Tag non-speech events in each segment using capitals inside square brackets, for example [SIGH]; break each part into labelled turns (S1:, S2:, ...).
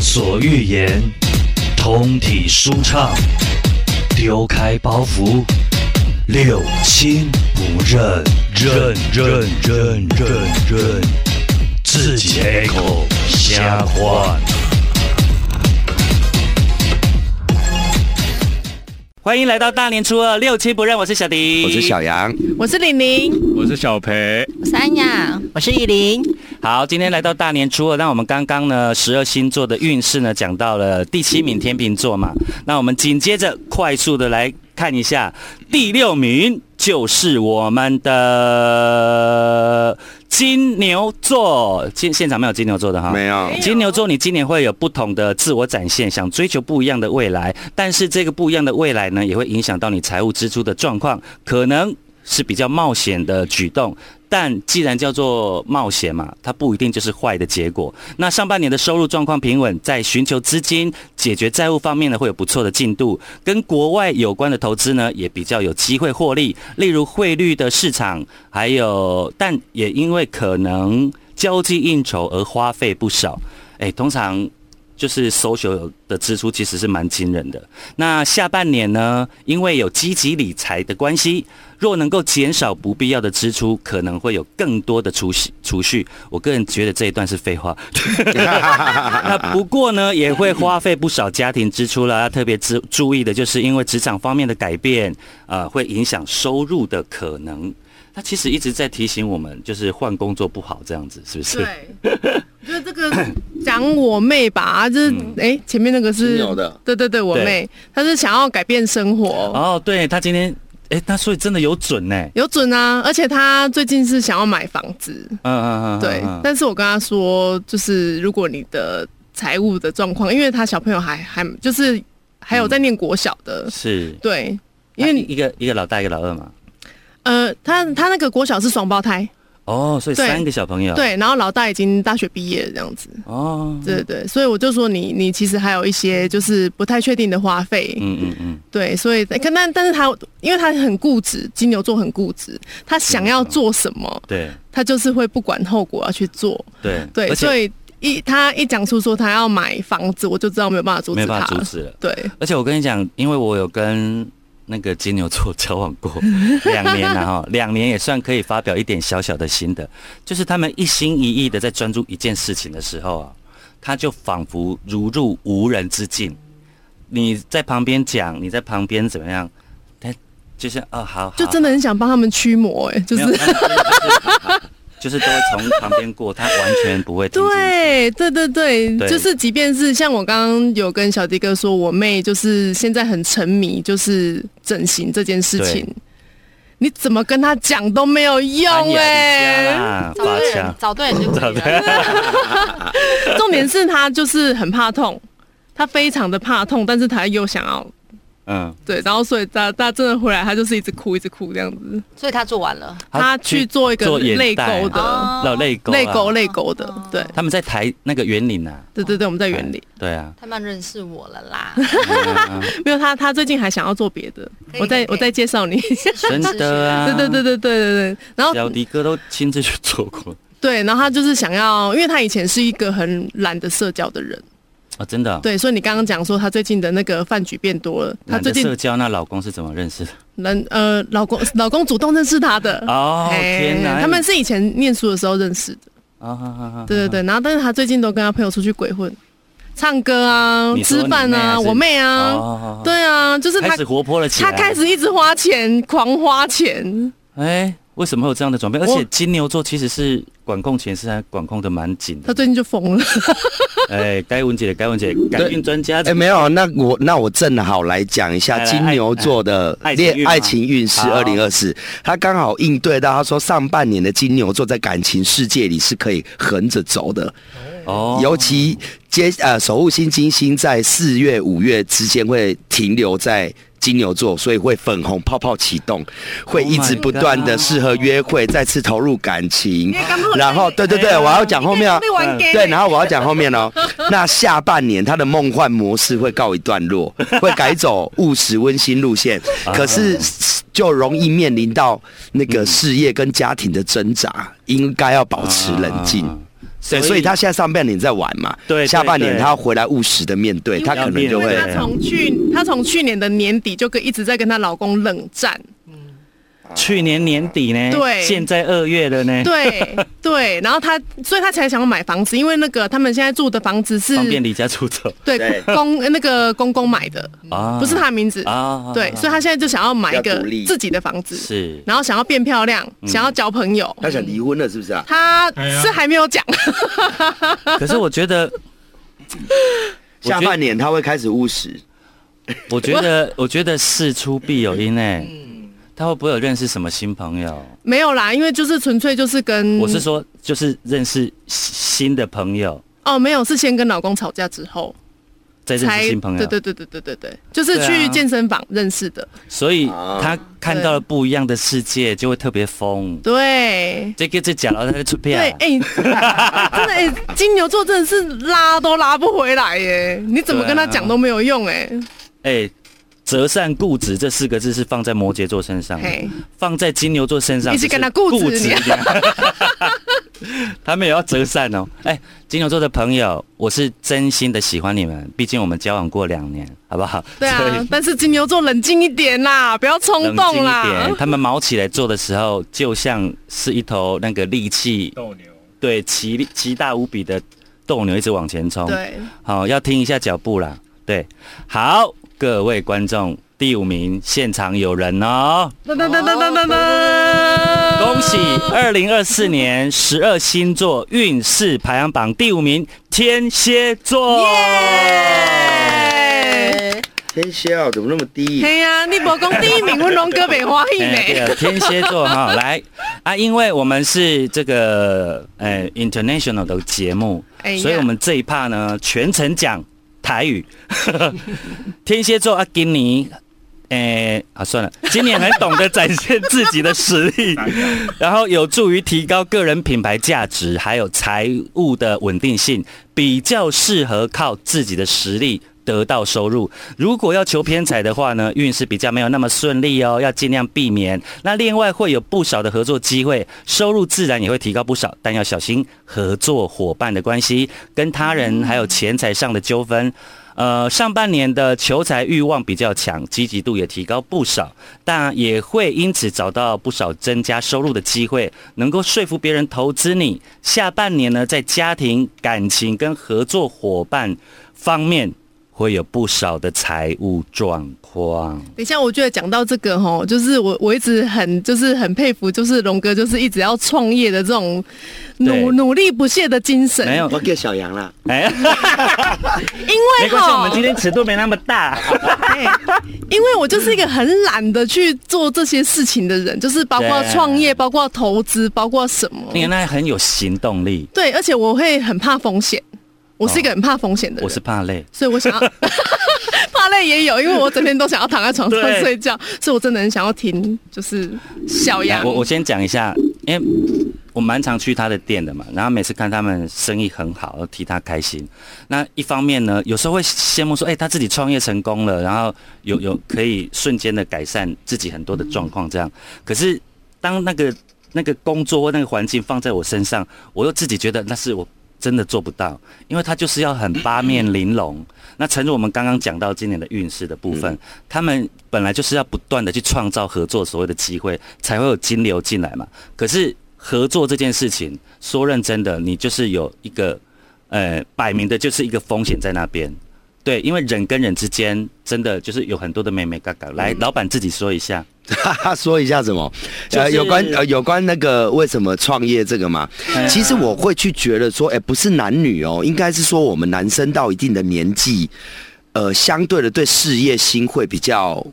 S1: 所欲言，通体舒畅，丢开包袱，六亲不认，认认认认认，自己开口瞎话。
S2: 欢迎来到大年初二六七不认，我是小迪，
S3: 我是小杨，
S4: 我是玲玲，
S3: 我是小培。
S4: [LAUGHS] 三亚，我是依林。
S2: 好，今天来到大年初二，那我们刚刚呢十二星座的运势呢讲到了第七名天秤座嘛，那我们紧接着快速的来看一下第六名就是我们的金牛座，现现场没有金牛座的哈，
S3: 没有，
S2: 金牛座，你今年会有不同的自我展现，想追求不一样的未来，但是这个不一样的未来呢，也会影响到你财务支出的状况，可能是比较冒险的举动。但既然叫做冒险嘛，它不一定就是坏的结果。那上半年的收入状况平稳，在寻求资金、解决债务方面呢，会有不错的进度。跟国外有关的投资呢，也比较有机会获利，例如汇率的市场，还有，但也因为可能交际应酬而花费不少。哎，通常就是 social 的支出其实是蛮惊人的。那下半年呢，因为有积极理财的关系，若能够减少不必要的支出，可能会有更多的储蓄储蓄。我个人觉得这一段是废话。 [LAUGHS] 那不过呢，也会花费不少家庭支出了。要特别注注意的就是，因为职场方面的改变，呃，会影响收入的可能。他其实一直在提醒我们，就是换工作不好这样子，是不是？
S4: 对，我觉得这个讲我妹吧，就是哎，前面那个
S3: 金
S4: 是
S3: 牛的，
S4: 对对对，我
S2: 对
S4: 妹，她是想要改变生活，
S2: 哦，对他今天，哎，他所以真的有准呢。
S4: 有准啊，而且她最近是想要买房子，
S2: 嗯嗯嗯，嗯
S4: 对
S2: 嗯，
S4: 但是我跟她说，就是如果你的财务的状况，因为她小朋友还还就是还有在念国小的，
S2: 是
S4: 对，因
S2: 啊
S4: 为你
S2: 一个一个老大一个老二嘛。
S4: 呃，她她那个国小是双胞胎，
S2: 哦，所以
S4: 对
S2: 三个小朋友。
S4: 对，然后老大已经大学毕业了这样子，
S2: 哦，
S4: 对对，所以我就说你你其实还有一些就是不太确定的花费，
S2: 嗯嗯嗯，
S4: 对，所以可但但是他因为他很固执，金牛座很固执，他想要做什么，
S2: 对
S4: 他就是会不管后果要去做，
S2: 对
S4: 对，
S2: 而
S4: 所
S2: 且
S4: 以一他一讲出说他要买房子，我就知道没有办法阻
S2: 没
S4: 止
S2: 有
S4: 他
S2: 办法
S4: 了，
S2: 阻止了。
S4: 对，
S2: 而且我跟你讲，因为我有跟那个金牛座 [LAUGHS] 交往
S4: [LAUGHS]
S2: 过两年了哈，两年也算可以发表一点小小的心得，就是他们一心一意的在专注一件事情的时候啊，他就仿佛如入无人之境。你在旁边讲，你在旁边怎么样？他就是哦，好，好
S4: 就真的很想帮他们驱魔、哎，就
S2: 没有
S4: 是。
S2: 他们真的就是就是都会从旁边过，他完全不会听进去。
S4: 对对对对，
S2: 对
S4: 就是即便是像我刚刚有跟小迪哥说，我妹就是现在很沉迷就是整形这件事情
S2: 对，
S4: 你怎么跟她讲都没有用哎、
S2: 哎，八强，
S5: 找对啊人就可以了。
S4: 重点是她就是很怕痛，她非常的怕痛，但是她又想要
S2: 嗯，
S4: 对，然后所以她她真的回来，她就是一直哭一直哭这样子，
S5: 所以他做完了，
S4: 她去做一个
S2: 做眼
S4: 泪
S2: 袋
S4: 沟的
S5: 哦
S2: 老泪沟，啊
S4: 泪沟。泪沟的，对
S2: 他们在台那个园林啊，
S4: 对对对，我们在园里
S2: 对
S4: [LAUGHS]
S2: 啊，嗯
S5: 他们认识我了啦，
S2: 哎
S4: 没有她，她最近还想要做别的，
S5: 可以
S4: 我再
S5: 可以
S4: 我再介绍你。
S5: [LAUGHS]
S2: 真的啊，
S4: 对对哦对对对对对，然
S2: 小
S4: 后
S2: 迪哥都亲自去做过
S4: 对，然后他就是想要，因为他以前是一个很懒的社交的人，
S2: 啊，真的啊。
S4: 对，所以你刚刚讲说他最近的那个饭局变多了，他
S2: 懒
S4: 最
S2: 得社
S4: 近
S2: 交，那老公是怎么认识的？
S4: 人呃老公老公主动认识他的
S2: 哦
S4: 哎
S2: 天哪
S4: 他们是以前念书的时候认识的，
S2: 啊哈哈哈
S4: 对对对，然后但是他最近都跟他朋友出去鬼混，唱歌啊，
S2: 你说
S4: 吃饭
S2: 你妹
S4: 啊，
S2: 还是
S4: 我妹啊，
S2: 哦
S4: 对啊，就是他
S2: 开始活泼了起来。
S4: 他开，始一直花钱，狂花钱，
S2: 哎，为什么会有这样的转变？而
S4: 我
S2: 且金牛座其实是管控前是还管控的蛮紧
S4: 他
S2: 的。
S4: 最近就
S2: [LAUGHS]
S4: 疯了，
S2: 哎，该文姐，该文姐，改运专家。
S3: 哎，没有，那我那我正好来讲一
S2: 来
S3: 下
S2: 来
S3: 金牛座的
S2: 爱爱情运
S3: 恋
S2: 吗
S3: 爱情运势
S2: 好
S3: 二零二四，他刚好应对到他说上半年的金牛座在感情世界里是可以横着走的，
S2: 哦
S3: 尤其接呃守护星金星在四月五月之间会停留在。金牛座，所以会粉红泡泡启动，会
S2: Oh
S3: 一直
S2: my
S3: 不断的
S2: God
S3: 适合约会，再次投入感情
S4: 刚刚。
S3: 然后，对对
S4: 哎
S3: 对，我要讲后面啊，
S2: 嗯
S3: 对，然后我要讲后面哦。
S4: [LAUGHS]
S3: 那下半年他的梦幻模式会告一段落，会改走务实温馨路
S2: [LAUGHS]
S3: 线，
S2: 啊
S3: 可是就容易面临到那个事业跟家庭的挣扎，应该要保持冷静。
S2: 啊
S3: 对，所以他现在上半年在玩嘛，
S2: 对对
S3: 下半年
S2: 对
S3: 他要回来务实的面对，
S4: 因为
S3: 他可能就
S4: 因为
S3: 会
S2: 要面对
S4: 她从去她从去年的年底就跟一直在跟她老公冷
S2: [LAUGHS]
S4: 战，
S2: 去年年底呢，
S4: 对
S2: 现在二月了呢，
S4: 对对，然后她所以她才想要买房子，因为那个他们现在住的房子是
S2: 方便离家出走
S4: 对
S3: 对
S4: 公那个公公买的，
S2: 啊
S4: 不是她的名字，
S2: 啊
S4: 对，所以她现在就想要买一
S3: 要
S4: 个
S3: 独立
S4: 自己的房子， [LAUGHS]
S2: 是嗯
S4: 然后想要变漂亮，想要交朋友。
S3: 他想离婚了，是不是啊？
S4: 她
S6: 哎呀
S4: 是还没有讲， [LAUGHS]
S2: 可是我觉得，我觉
S3: 下
S2: 得
S3: 半年他会开始务实，
S2: 我觉得，我觉得事出必有因哎、他会不会有认识什么新朋友？
S4: 没有啦，因为就是纯粹就是跟
S2: 我是说，就是认识新的朋友，
S4: 哦，没有是先跟老公吵架之后
S2: 再认识新朋友。
S4: 对对对对对对对，就是
S2: 对啊
S4: 去健身房认识的，
S2: 所以他看到了
S4: 对
S2: 不一样的世界，就会特别疯。
S4: 对。
S2: 这个这讲了，他就出片。啊
S4: 对，哎、 [LAUGHS] 真的哎、金牛座真的是拉都拉不回来耶！你怎么跟他讲都没有用哎、
S2: 哎，折善固执这四个字是放在摩羯座身上的
S4: 嘿，
S2: 放在金牛座身上
S4: 一直
S2: 就是
S4: 跟他固执
S2: 固执
S4: 你 [LAUGHS]
S2: 一样。他们也要折善哦。哎，金牛座的朋友，我是真心的喜欢你们，毕竟我们交往过两年，好不好？
S4: 对
S2: 所以
S4: 啊，但是金牛座冷静一点啦，不要冲
S2: 冷
S4: 动
S2: 静
S4: 啦
S2: 一。点，他们毛起来做的时候，就像是一头那个力气
S6: 斗牛，
S2: 对奇力奇大无比的斗牛，一直往前冲。，
S4: 对，
S2: 好、要听一下脚步啦。对，好，各位观众，第五名现场有人哦，
S4: 噔噔噔噔噔噔噔，
S2: 恭喜二零二四年十二星座运势排行榜第五名天蝎座。哎
S4: 耶！
S3: 天蝎哦，怎么那么低？
S4: 嘿呀，你无讲第一名，阮龙哥袂欢
S2: [LAUGHS]
S4: 喜
S2: 哎对
S4: 呢。
S2: 啊，天蝎座哈，来啊，因为我们是这个呃 international 的节目，
S4: 哎呀
S2: 所以我们这一趴呢全程讲台语。 [LAUGHS] 天蝎座啊，今年。哎、啊，算了，今年很懂得展现自己的实力，然后有助于提高个人品牌价值，还有财务的稳定性，比较适合靠自己的实力得到收入。如果要求偏财的话呢，运势比较没有那么顺利哦，要尽量避免。那另外会有不少的合作机会，收入自然也会提高不少，但要小心合作伙伴的关系，跟他人还有钱财上的纠纷。呃，上半年的求财欲望比较强，积极度也提高不少，但也会因此找到不少增加收入的机会，能够说服别人投资你。下半年呢，在家庭、感情跟合作伙伴方面，会有不少的财务状况。
S4: 等一下，我觉得讲到这个吼，就是我我一直很就是很佩服，就是龙哥，就是一直要创业的这种
S2: 对
S4: 努努力不懈的精神。
S2: 没有
S3: 我，给小杨啦，
S2: 哎，
S4: 因
S2: 没关
S4: 为
S2: 系，我
S4: 哈
S2: 们，今天尺度没那么大。
S4: 因为我就是一个很懒得去做这些事情的人，就是包括
S2: 对
S4: 创业，包括投资，包括什么。
S2: 你那很有行动力，
S4: 对，而且我会很怕风险，我是一个很怕风险的人。
S2: 我是怕累。
S4: 所以我想要 [LAUGHS] 怕累也有，因为我整天都想要躺在床上
S2: 对
S4: 睡觉，所以我真的很想要听，就是小
S2: 来
S4: 杨。
S2: 我我先讲一下，因为我蛮常去他的店的嘛，然后每次看他们生意很好，都替他开心。那一方面呢，有时候会羡慕说，哎、他自己创业成功了，然后有有可以瞬间的改善自己很多的状况，这样。可是当那个那个工作或那个环境放在我身上，我又自己觉得那是我真的做不到，因为他就是要很八面玲珑。那诚如我们刚刚讲到今年的运势的部分，他们本来就是要不断的去创造合作所谓的机会，才会有金流进来嘛。可是合作这件事情，说认真的，你就是有一个呃摆明的就是一个风险在那边。对，因为人跟人之间真的就是有很多的妹妹嘎嘎。
S3: 嗯
S2: 来，老板自己说一下。
S3: 哈哈，说一下什么？
S2: 就
S3: 呃，
S2: 是
S3: 有关呃有关那个为什么创业这个嘛？
S2: 哎
S3: 其实我会去觉得说，哎、不是男女哦，应该是说我们男生到一定的年纪，呃，相对的对事业心会比较。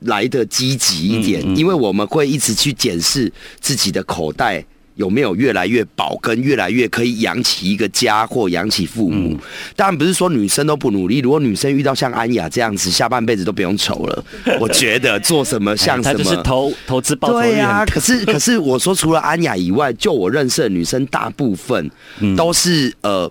S3: 来的积极一点，
S2: 嗯嗯
S3: 因为我们会一直去检视自己的口袋有没有越来越饱，跟越来越可以养起一个家或养起父母。
S2: 嗯
S3: 当然不是说女生都不努力，如果女生遇到像安雅这样子，下半辈子都不用愁
S2: [LAUGHS]
S3: 了。我觉得做什么像
S2: 哎他
S3: 什么，
S2: 就是投投资报酬率
S3: 对
S2: 很
S3: 啊，可
S2: [LAUGHS]
S3: 是可是
S2: 嗯
S3: 我说，除了安雅以外，就我认识的女生，大部分都是、呃。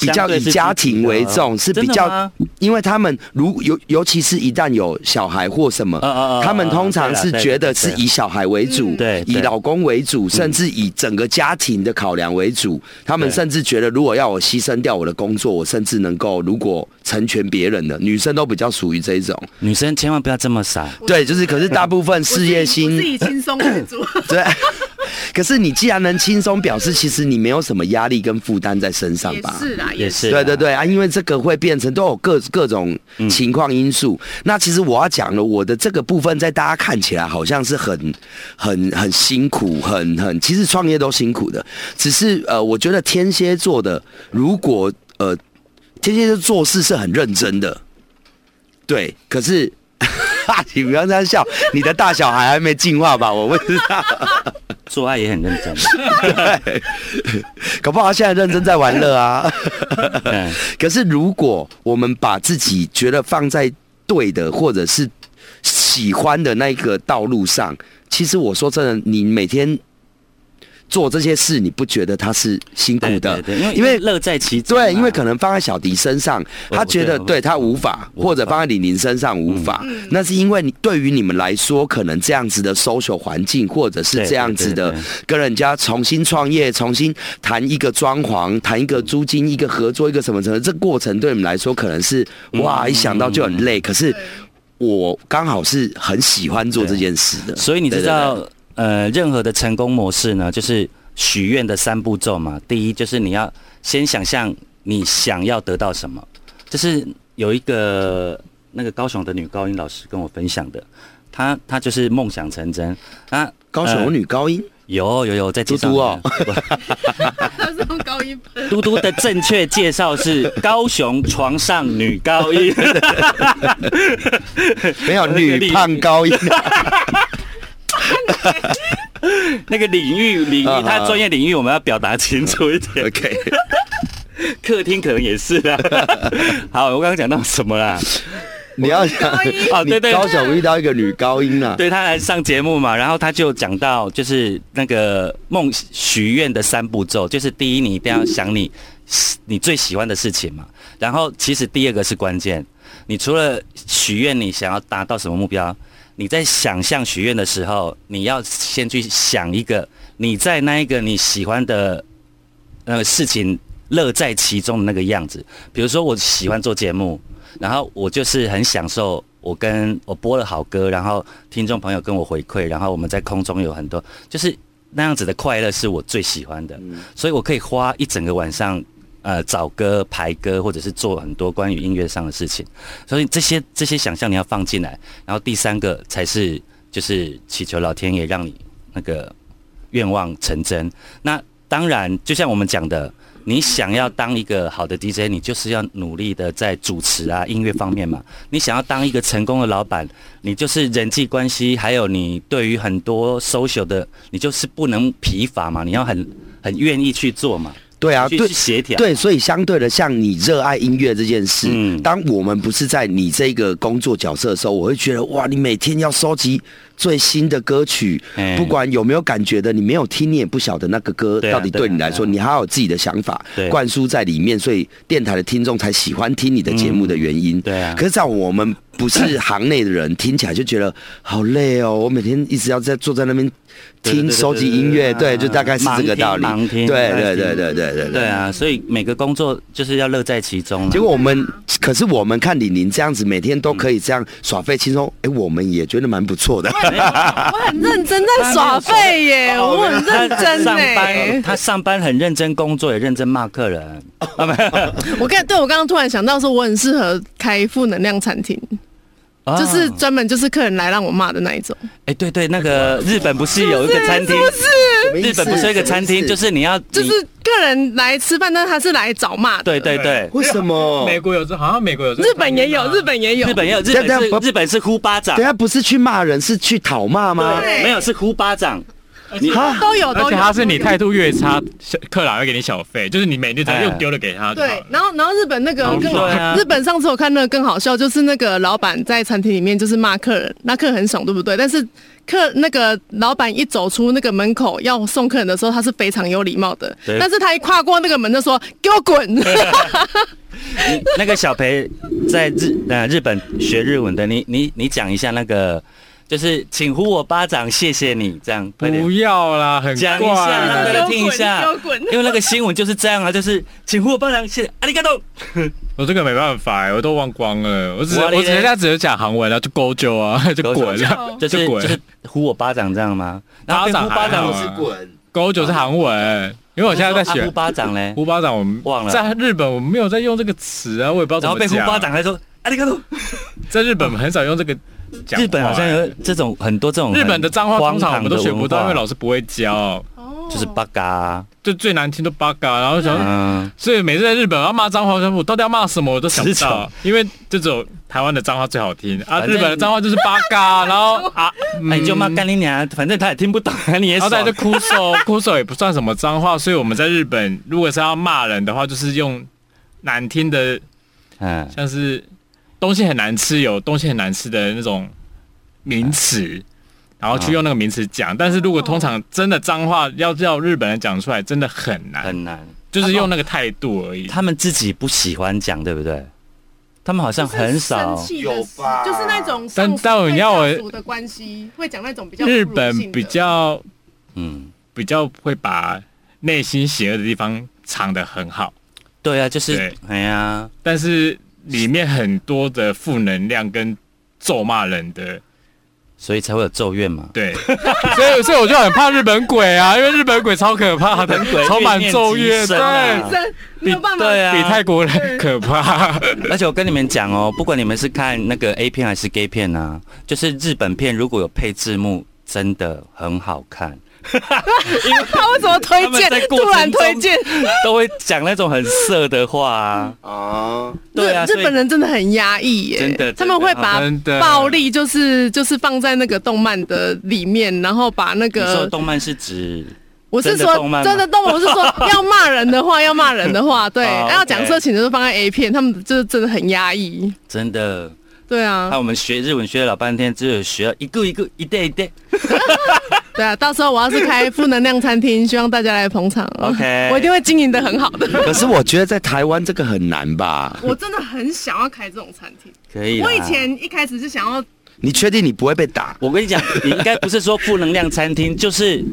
S3: 比较以家庭为重，是比
S2: 真的
S3: 较
S2: 吗，
S3: 因为他们如尤尤其是一旦有小孩或什么
S2: 啊啊啊啊，
S3: 他们通常
S2: 对
S3: 是
S2: 啦对啦嗯
S3: 觉得是以小孩为主，
S2: 对对嗯
S3: 以老公为主，甚至以整个家庭的考量为主。他们
S2: 对
S3: 甚至觉得，如果要我牺牲掉我的工作，我甚至能够如果成全别人的，女生都比较属于这一种。
S2: 女生千万不要这么傻。
S3: 对，就是可是大部分事业心
S4: 自己轻松为
S2: [COUGHS]
S4: 主。
S3: [LAUGHS] 对。可是你既然能轻松表示，其实你没有什么压力跟负担在身上
S4: 也
S3: 吧？
S4: 是啊啦，
S2: 也
S4: 也
S2: 是，
S3: 对对，对啊，因为这个会变成都有各各种情况因素。那其实我要讲的，我的这个部分在大家看起来好像是很很很辛苦，很很其实创业都辛苦的，只是呃，我觉得天蝎座的如果呃，天蝎座做事是很认真的，对，可是。 [LAUGHS] 你不要这样笑，你的大小孩还没进化吧？我不知道，
S2: 做爱也很认
S3: [LAUGHS]
S2: 真。
S3: 搞不好他现在认真在玩乐啊。 [LAUGHS]
S2: 嗯
S3: 可是如果我们把自己觉得放在对的或者是喜欢的那个道路上，其实我说真的，你每天做这些事，你不觉得他是辛苦
S2: 对
S3: 的？
S2: 对对，因为
S3: 因为
S2: 乐在其中啊嘛。
S3: 对，因为可能放在小迪身上，
S2: 我
S3: 他觉
S2: 我
S3: 得
S2: 对
S3: 对他无法，
S2: 无法嗯
S3: 或者放在李宁身上无法，那是因为你对于你们来说，可能这样子的 social 环境，或者
S2: 对
S3: 是这样子
S2: 对
S3: 的
S2: 对对
S3: 跟人家重新创业、重新谈一个装潢、谈一个租金、一个合作、一个什么什么，这过程对你们来说可能是
S2: 嗯
S3: 哇，一想到就很累，可是。我刚好是很喜欢做这件事的，
S2: 所以你知
S3: 对对对
S2: 道，呃，任何的成功模式呢，就是许愿的三步骤嘛。第一就是你要先想象你想要得到什么，就是有一个那个高雄的女高音老师跟我分享的，她她就是梦想成真啊。
S3: 高
S2: 呃
S3: 雄女高音，
S2: 有有有在介绍
S3: 嘟嘟哦
S4: 他是用高一分，
S2: [LAUGHS] 嘟嘟的正确介绍是高雄床上女高音， [LAUGHS]
S3: 没有
S2: 那个
S3: [LAUGHS] 女
S2: 力
S3: 胖高音，
S2: 那个领域领
S3: 啊
S2: 域，她专业领域我们要表达清楚一点。
S3: OK，
S2: 客厅可能也是啊。好，我刚刚讲到什么啦？
S3: [LAUGHS] 你要想
S4: 高音
S2: [LAUGHS] 哦
S3: 你
S2: 对对
S3: 高雄遇到一个女高音啊啦，
S2: 对他来上节目嘛，然后他就讲到就是那个梦许愿的三步骤，就是第一，你一定要想你你最喜欢的事情嘛，然后其实第二个是关键，你除了许愿你想要达到什么目标，你在想象许愿的时候，你要先去想一个你在那一个你喜欢的那个事情乐在其中的那个样子。比如说，我喜欢做节目，然后我就是很享受我跟我播了好歌，然后听众朋友跟我回馈，然后我们在空中有很多，就是那样子的快乐是我最喜欢的，所以我可以花一整个晚上。呃，找歌、排歌，或者是做很多关于音乐上的事情，所以这些这些想象你要放进来。然后第三个才是就是祈求老天爷让你那个愿望成真。那当然，就像我们讲的，你想要当一个好的 DJ，你就是要努力的在主持啊、音乐方面嘛。你想要当一个成功的老板，你就是人际关系，还有你对于很多 social 的，你就是不能疲乏嘛，你要很很愿意去做嘛，
S3: 对啊，
S2: 去
S3: 对
S2: 去协调。
S3: 对，所以相对的，像你热爱音乐这件事，
S2: 嗯
S3: 当我们不是在你这个工作角色的时候，我会觉得哇，你每天要收集最新的歌曲，
S2: 嗯
S3: 不管有没有感觉的，你没有听，你也不晓得那个歌
S2: 对啊
S3: 到底对你来说，
S2: 对啊
S3: 你还要有自己的想法
S2: 对
S3: 灌输在里面，所以电台的听众才喜欢听你的节目的原因。
S2: 对啊
S3: 可是，在我们不是行内的人听起来就觉得好累哦，我每天一直要在坐在那边
S2: 对对
S3: 听
S2: 对
S3: 收集音乐，
S2: 对对
S3: 对，
S2: 对
S3: 就大概是这个道理。
S2: 盲听盲听
S3: 对对对对对对
S2: 对啊，所以每个工作就是要乐在其中嘛。啊
S3: 结果我们，可是我们看李宁这样子，每天都可以这样耍废轻松，哎、我们也觉得蛮不错的。
S4: [LAUGHS] 我很认真在耍
S2: [LAUGHS]
S4: 废耶，我很认
S2: 他
S4: 真欸
S2: 上班，
S4: 耶。
S2: 他上班很认真工作，也认真骂客人。
S4: 我刚对我刚刚突然想到说，我很适合开负能量餐厅，
S2: 啊
S4: 就是专门就是客人来让我骂的那一种。
S2: 哎、对对，那个日本不是有一个餐厅？日本不是有一个餐厅，就是是你要
S4: 就
S2: 你
S4: 是客人来吃饭，但是他是来找骂的。
S2: 对对对。
S3: 为什么？
S6: 美国有这，好像美国有这，
S4: 日本也有，日。本也有，
S2: 日本也有，日
S3: 等
S2: 本
S3: 一下
S2: 是
S3: 不
S2: 日本是呼巴掌啊
S3: 等，下不是去骂人，是去讨骂吗？
S4: 对
S2: 没有是呼巴掌，
S6: 你
S2: 啊
S4: 都有
S6: 而
S4: 都
S6: 且
S4: 有。
S6: 他是你态度越差，小克朗会给你小费，就是你每日只要
S2: 哎
S6: 又丢了给他就好了。
S4: 对，然后然后日本那个
S6: 好
S4: 更好，
S2: 对啊
S4: 日本上次我看那个更好笑，就是那个老板在餐厅里面就是骂客人，那客人很爽，对不对？但是客那个老板一走出那个门口要送客人的时候，他是非常有礼貌的，
S2: 对
S4: 但是他一跨过那个门就说给我滚，
S2: 那个小培在日呃日本学日文的，你你你讲一下那个，就是请呼我巴掌，谢谢你，这样快
S6: 不
S2: 点
S6: 要啦，很
S2: 讲一下，让大
S6: 怪。
S2: 家听一下
S4: 给我滚，
S2: 因为那个新闻就是这样啊，就是请呼我巴掌，谢谢，阿里嘎多。
S6: 我这个没办法、我都忘光了。我只
S2: 哇
S6: 我
S2: 你
S6: 只人家只是讲韩文啊，就勾揪啊， [LAUGHS] 就滚
S4: [LAUGHS]
S6: 啊，
S2: 就
S6: 就是
S2: 就是
S6: 滚。
S2: 呼我巴掌这样吗？然后被呼巴
S6: 巴掌
S2: 掌
S6: 还好啊
S3: 滚，
S6: 勾揪是韩文，因为我现在在
S2: 啊
S6: 学
S2: 呼巴掌嘞，
S6: 呼巴掌，我们
S2: 忘了
S6: 在日本我们没有在用这个词啊，我也不知道怎
S2: 然后
S6: 么
S2: 被呼
S6: 讲。
S2: 巴掌，还说阿里嘎多。
S6: 在日本很少用这个讲话。
S2: 日本好像有这种很多这种很
S6: 日本的脏话，通常我们都学不到，
S2: 荒唐
S6: 因
S2: 的文化
S6: 为老师不会教，
S2: 就是八嘎啊，
S6: 就最难听都八嘎，然后想。
S2: 嗯，
S6: 所以每次在日本我要骂脏话，我想我到底要骂什么，我都想不
S2: 职场
S6: 到，因为这种台湾的脏话最好听啊，
S2: 啊反正
S6: 日本的脏话就是八
S2: [LAUGHS]
S6: 嘎，然后啊，
S2: 那哎你就骂
S6: 嗯
S2: 干你娘，反正他也听不懂，啊你也
S6: 然后再
S2: 爽
S6: 来哦就。哭手， [LAUGHS] 哭手也不算什么脏话，所以我们在日本如果是要骂人的话，就是用难听的，
S2: 嗯，
S6: 像是东西很难吃，有东西很难吃的那种名词，然后去用那个名词讲。但是
S2: 哦
S6: 如果通常真的脏话要叫日本人讲出来，真的很难，
S2: 很难。
S6: 就是用那个态度而已。
S2: 他们自己不喜欢讲，对不对？他们好像很少
S4: 就是生气的
S3: 有吧
S4: 就是那种
S6: 但
S4: 上司
S6: 但我
S4: 对
S6: 要我
S4: 下属的关系会讲那种比较
S6: 日
S4: 侮辱性
S6: 本
S4: 的
S6: 比较
S2: 嗯，
S6: 比较会把内心邪恶的地方藏得很好，
S2: 对啊，就是
S6: 对
S2: 哎呀，
S6: 但是里面很多的负能量跟咒骂人的。
S2: 所以才会有咒怨
S6: [LAUGHS]
S2: 嘛。
S6: 对，所以所以我就很怕日本鬼啊，因为日本鬼超可怕的，啊充满咒怨，
S2: 怨念极深啊
S6: 对，
S4: 真没有办法，
S2: 对
S6: 比泰
S2: 啊，
S6: 国人可怕。
S2: 而且我跟你们讲哦，不管你们是看那个 A 片还是 gay 片啊，就是日本片如果有配字幕，真的很好看。
S4: 他为什么推
S2: 他们在
S4: 荐？
S2: 过程
S4: 突然推荐，
S2: 都会讲那种很色的话啊。
S3: 啊，
S2: 对啊，
S4: 日日本
S2: 所以
S4: 人真的很压抑耶，
S2: 真的真的啊
S4: 他们会 [LAUGHS] 把
S6: 真的
S4: 暴力就是就是放在那个动漫的里面，然后把那
S2: 你说
S4: 个
S2: 动漫是指
S4: 我是
S2: 真
S4: 说
S2: 的动漫吗
S4: 真的动漫，我是说 [LAUGHS] 要骂人的话，要骂人的话，对，
S2: [LAUGHS] 哦
S4: 要
S2: OK
S4: 讲色情的就放在 A 片，他们就是真的很压抑，
S2: 真的。
S4: 对
S2: 那
S4: 啊，
S2: 我们学日文学了老半天，只有学了一个一个一对一对。
S4: 对啊，到时候我要是开负能量餐厅，希望大家来捧场哦
S2: [LAUGHS] OK
S4: 我一定会经营的很好
S2: [LAUGHS]
S4: 的，
S3: 可是我觉得在台湾这个很难吧？
S4: 我真的很想要开这种餐
S2: [LAUGHS]
S4: 厅，
S2: 可以啦。
S4: 我以前一开始是想要
S3: 你确定你不会被打？
S2: 我跟你讲，你应该不是说负能量餐厅，就是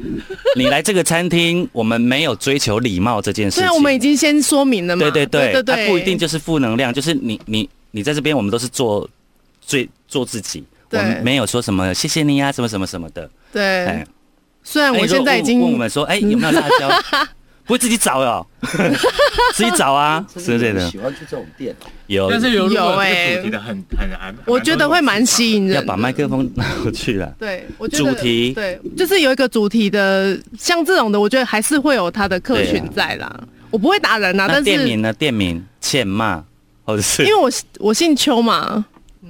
S2: 你来这个餐厅，我们没有追求礼貌这件事
S4: 虽
S2: 情。
S4: 啊然我们已经先说明了嘛，
S2: 对对对，啊
S4: 对
S2: 它不一定就是负能量，就是你你你在这边，我们都是做最做自己，我
S4: 对
S2: 们没有说什么谢谢你啊，什么什么什么的。哎
S4: 对。，虽然
S2: 那
S4: 我
S2: 你说
S4: 现在已经嗯
S2: 问问我们说，哎，有没有辣椒？ [LAUGHS] 不会自己找
S4: [LAUGHS]
S2: 哦，自己找啊之类的。
S3: 欢去这种店，
S2: 有，
S6: 但是有如
S4: 有
S6: 果这
S4: 欸
S6: 个主题的很很难，
S4: 我觉得会蛮吸引人的。嗯
S2: 要把麦克风拿过去了。
S4: 对，我觉得
S2: 主题
S4: 对，就是有一个主题的，像这种的，我觉得还是会有他的客群在啦。我不会打人啊，
S2: 那
S4: 但是
S2: 店
S4: 因
S2: 名呢？店名欠骂，或者是嗯
S4: 为我我姓邱嘛，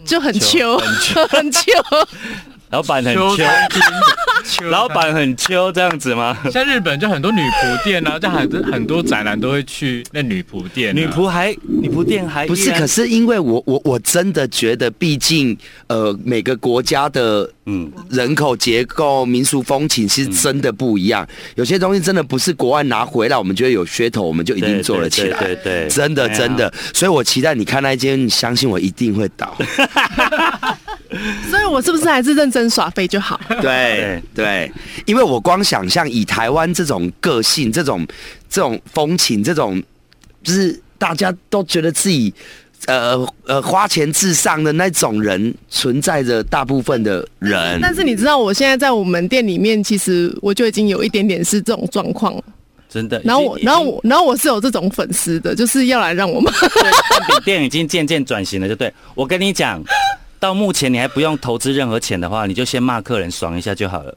S4: 就很
S2: 秋
S4: 邱， [LAUGHS] 很邱。
S2: [LAUGHS] 老板很
S6: 秋
S2: 秋，
S6: 天秋
S2: [LAUGHS] 老板很秋这样子吗？
S6: 像日本就很多女仆店啊，就很很多宅男都会去那女仆店啊，
S2: 女仆还女仆店还
S3: 不是？
S2: 哎依然
S3: 可是因为我我我真的觉得，毕竟呃每个国家的
S2: 嗯，
S3: 人口结构、民俗风情是真的不一样。有些东西真的不是国外拿回来，我们觉得有噱头，我们就一
S2: 一
S3: 定做了起来。
S2: 对对对，对
S3: 真的
S2: 哎呀
S3: 真的，所以我期待你看那一间，你相信我一定会倒。
S4: 所以我是不是还是认真耍飞就好？
S2: [LAUGHS]
S3: 对对，因为我光想象以台湾这种个性、这种这种风情、这种就是大家都觉得自己呃呃花钱至上的那种人，存在着大部分的人。
S4: 但是你知道，我现在在我们店里面，其实我就已经有一点点是这种状况。
S2: 真的。
S4: 然后我
S2: 已，经
S4: 然后我，然后我是有这种粉丝的，就是要来让我骂。
S2: 对 [LAUGHS] 蛋饼店已经渐渐转型了，就对我跟你讲，到目前你还不用投资任何钱的话，你就先骂客人爽一下就好了。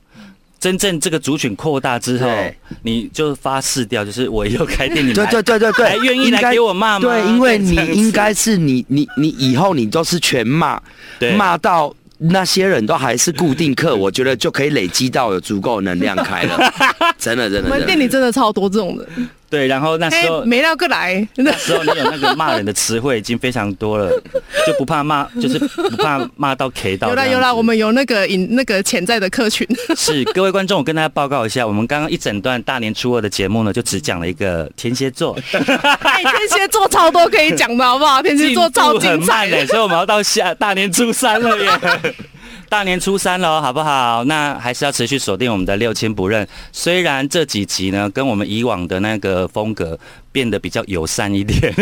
S2: 真正这个族群扩大之后
S3: 对，
S2: 你就发誓掉，就是我以后开店，你们
S3: 对对对对
S2: 还
S3: 对，
S2: 愿意
S3: 应
S2: 来
S3: 该
S2: 给我骂吗
S3: 对，因为
S2: 这
S3: 你
S2: 样子
S3: 应该是你你你以后你都是全骂
S2: 对，
S3: 骂到那些人都还是固定客，我觉得就可以累积到有足够能量
S2: [LAUGHS]
S3: 开了。真的，真
S4: 我
S3: 的，
S4: 们
S3: 真
S4: 店
S3: 的。
S4: 里真的超多这种的，
S2: 对，然后那
S4: 哎
S2: 时候，。
S4: 没料过来，真
S2: 那
S4: 的。
S2: 时候你有那个骂人的词汇已经非常多了，就不怕骂，就是不怕骂到 K 到
S4: 有
S2: 这样
S4: 啦
S2: 子。
S4: 有啦，我们有那个引那个潜在的客群，
S2: 是各位观众，我跟大家报告一下，我们刚刚一整段大年初二的节目呢，就只讲了一个天蝎座，
S4: 哎，天蝎座超多可以讲的好
S2: [LAUGHS]
S4: 不好？天蝎座超
S2: 进
S4: 精
S2: 步很
S4: 彩
S2: 慢欸嘞，所以我们要到下大年初三了耶。 [LAUGHS] 大年初三了，哦好不好？那还是要持续锁定我们的六亲不认。虽然这几集呢，跟我们以往的那个风格变得比较友善一点，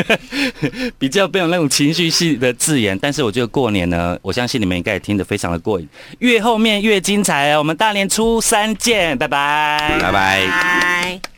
S2: [LAUGHS] 比较没有那种情绪性的字眼，但是我觉得过年呢，我相信你们应该也听得非常的过瘾。越后面越精彩哦，我们大年初三见，拜拜，
S3: 拜拜。
S5: 拜。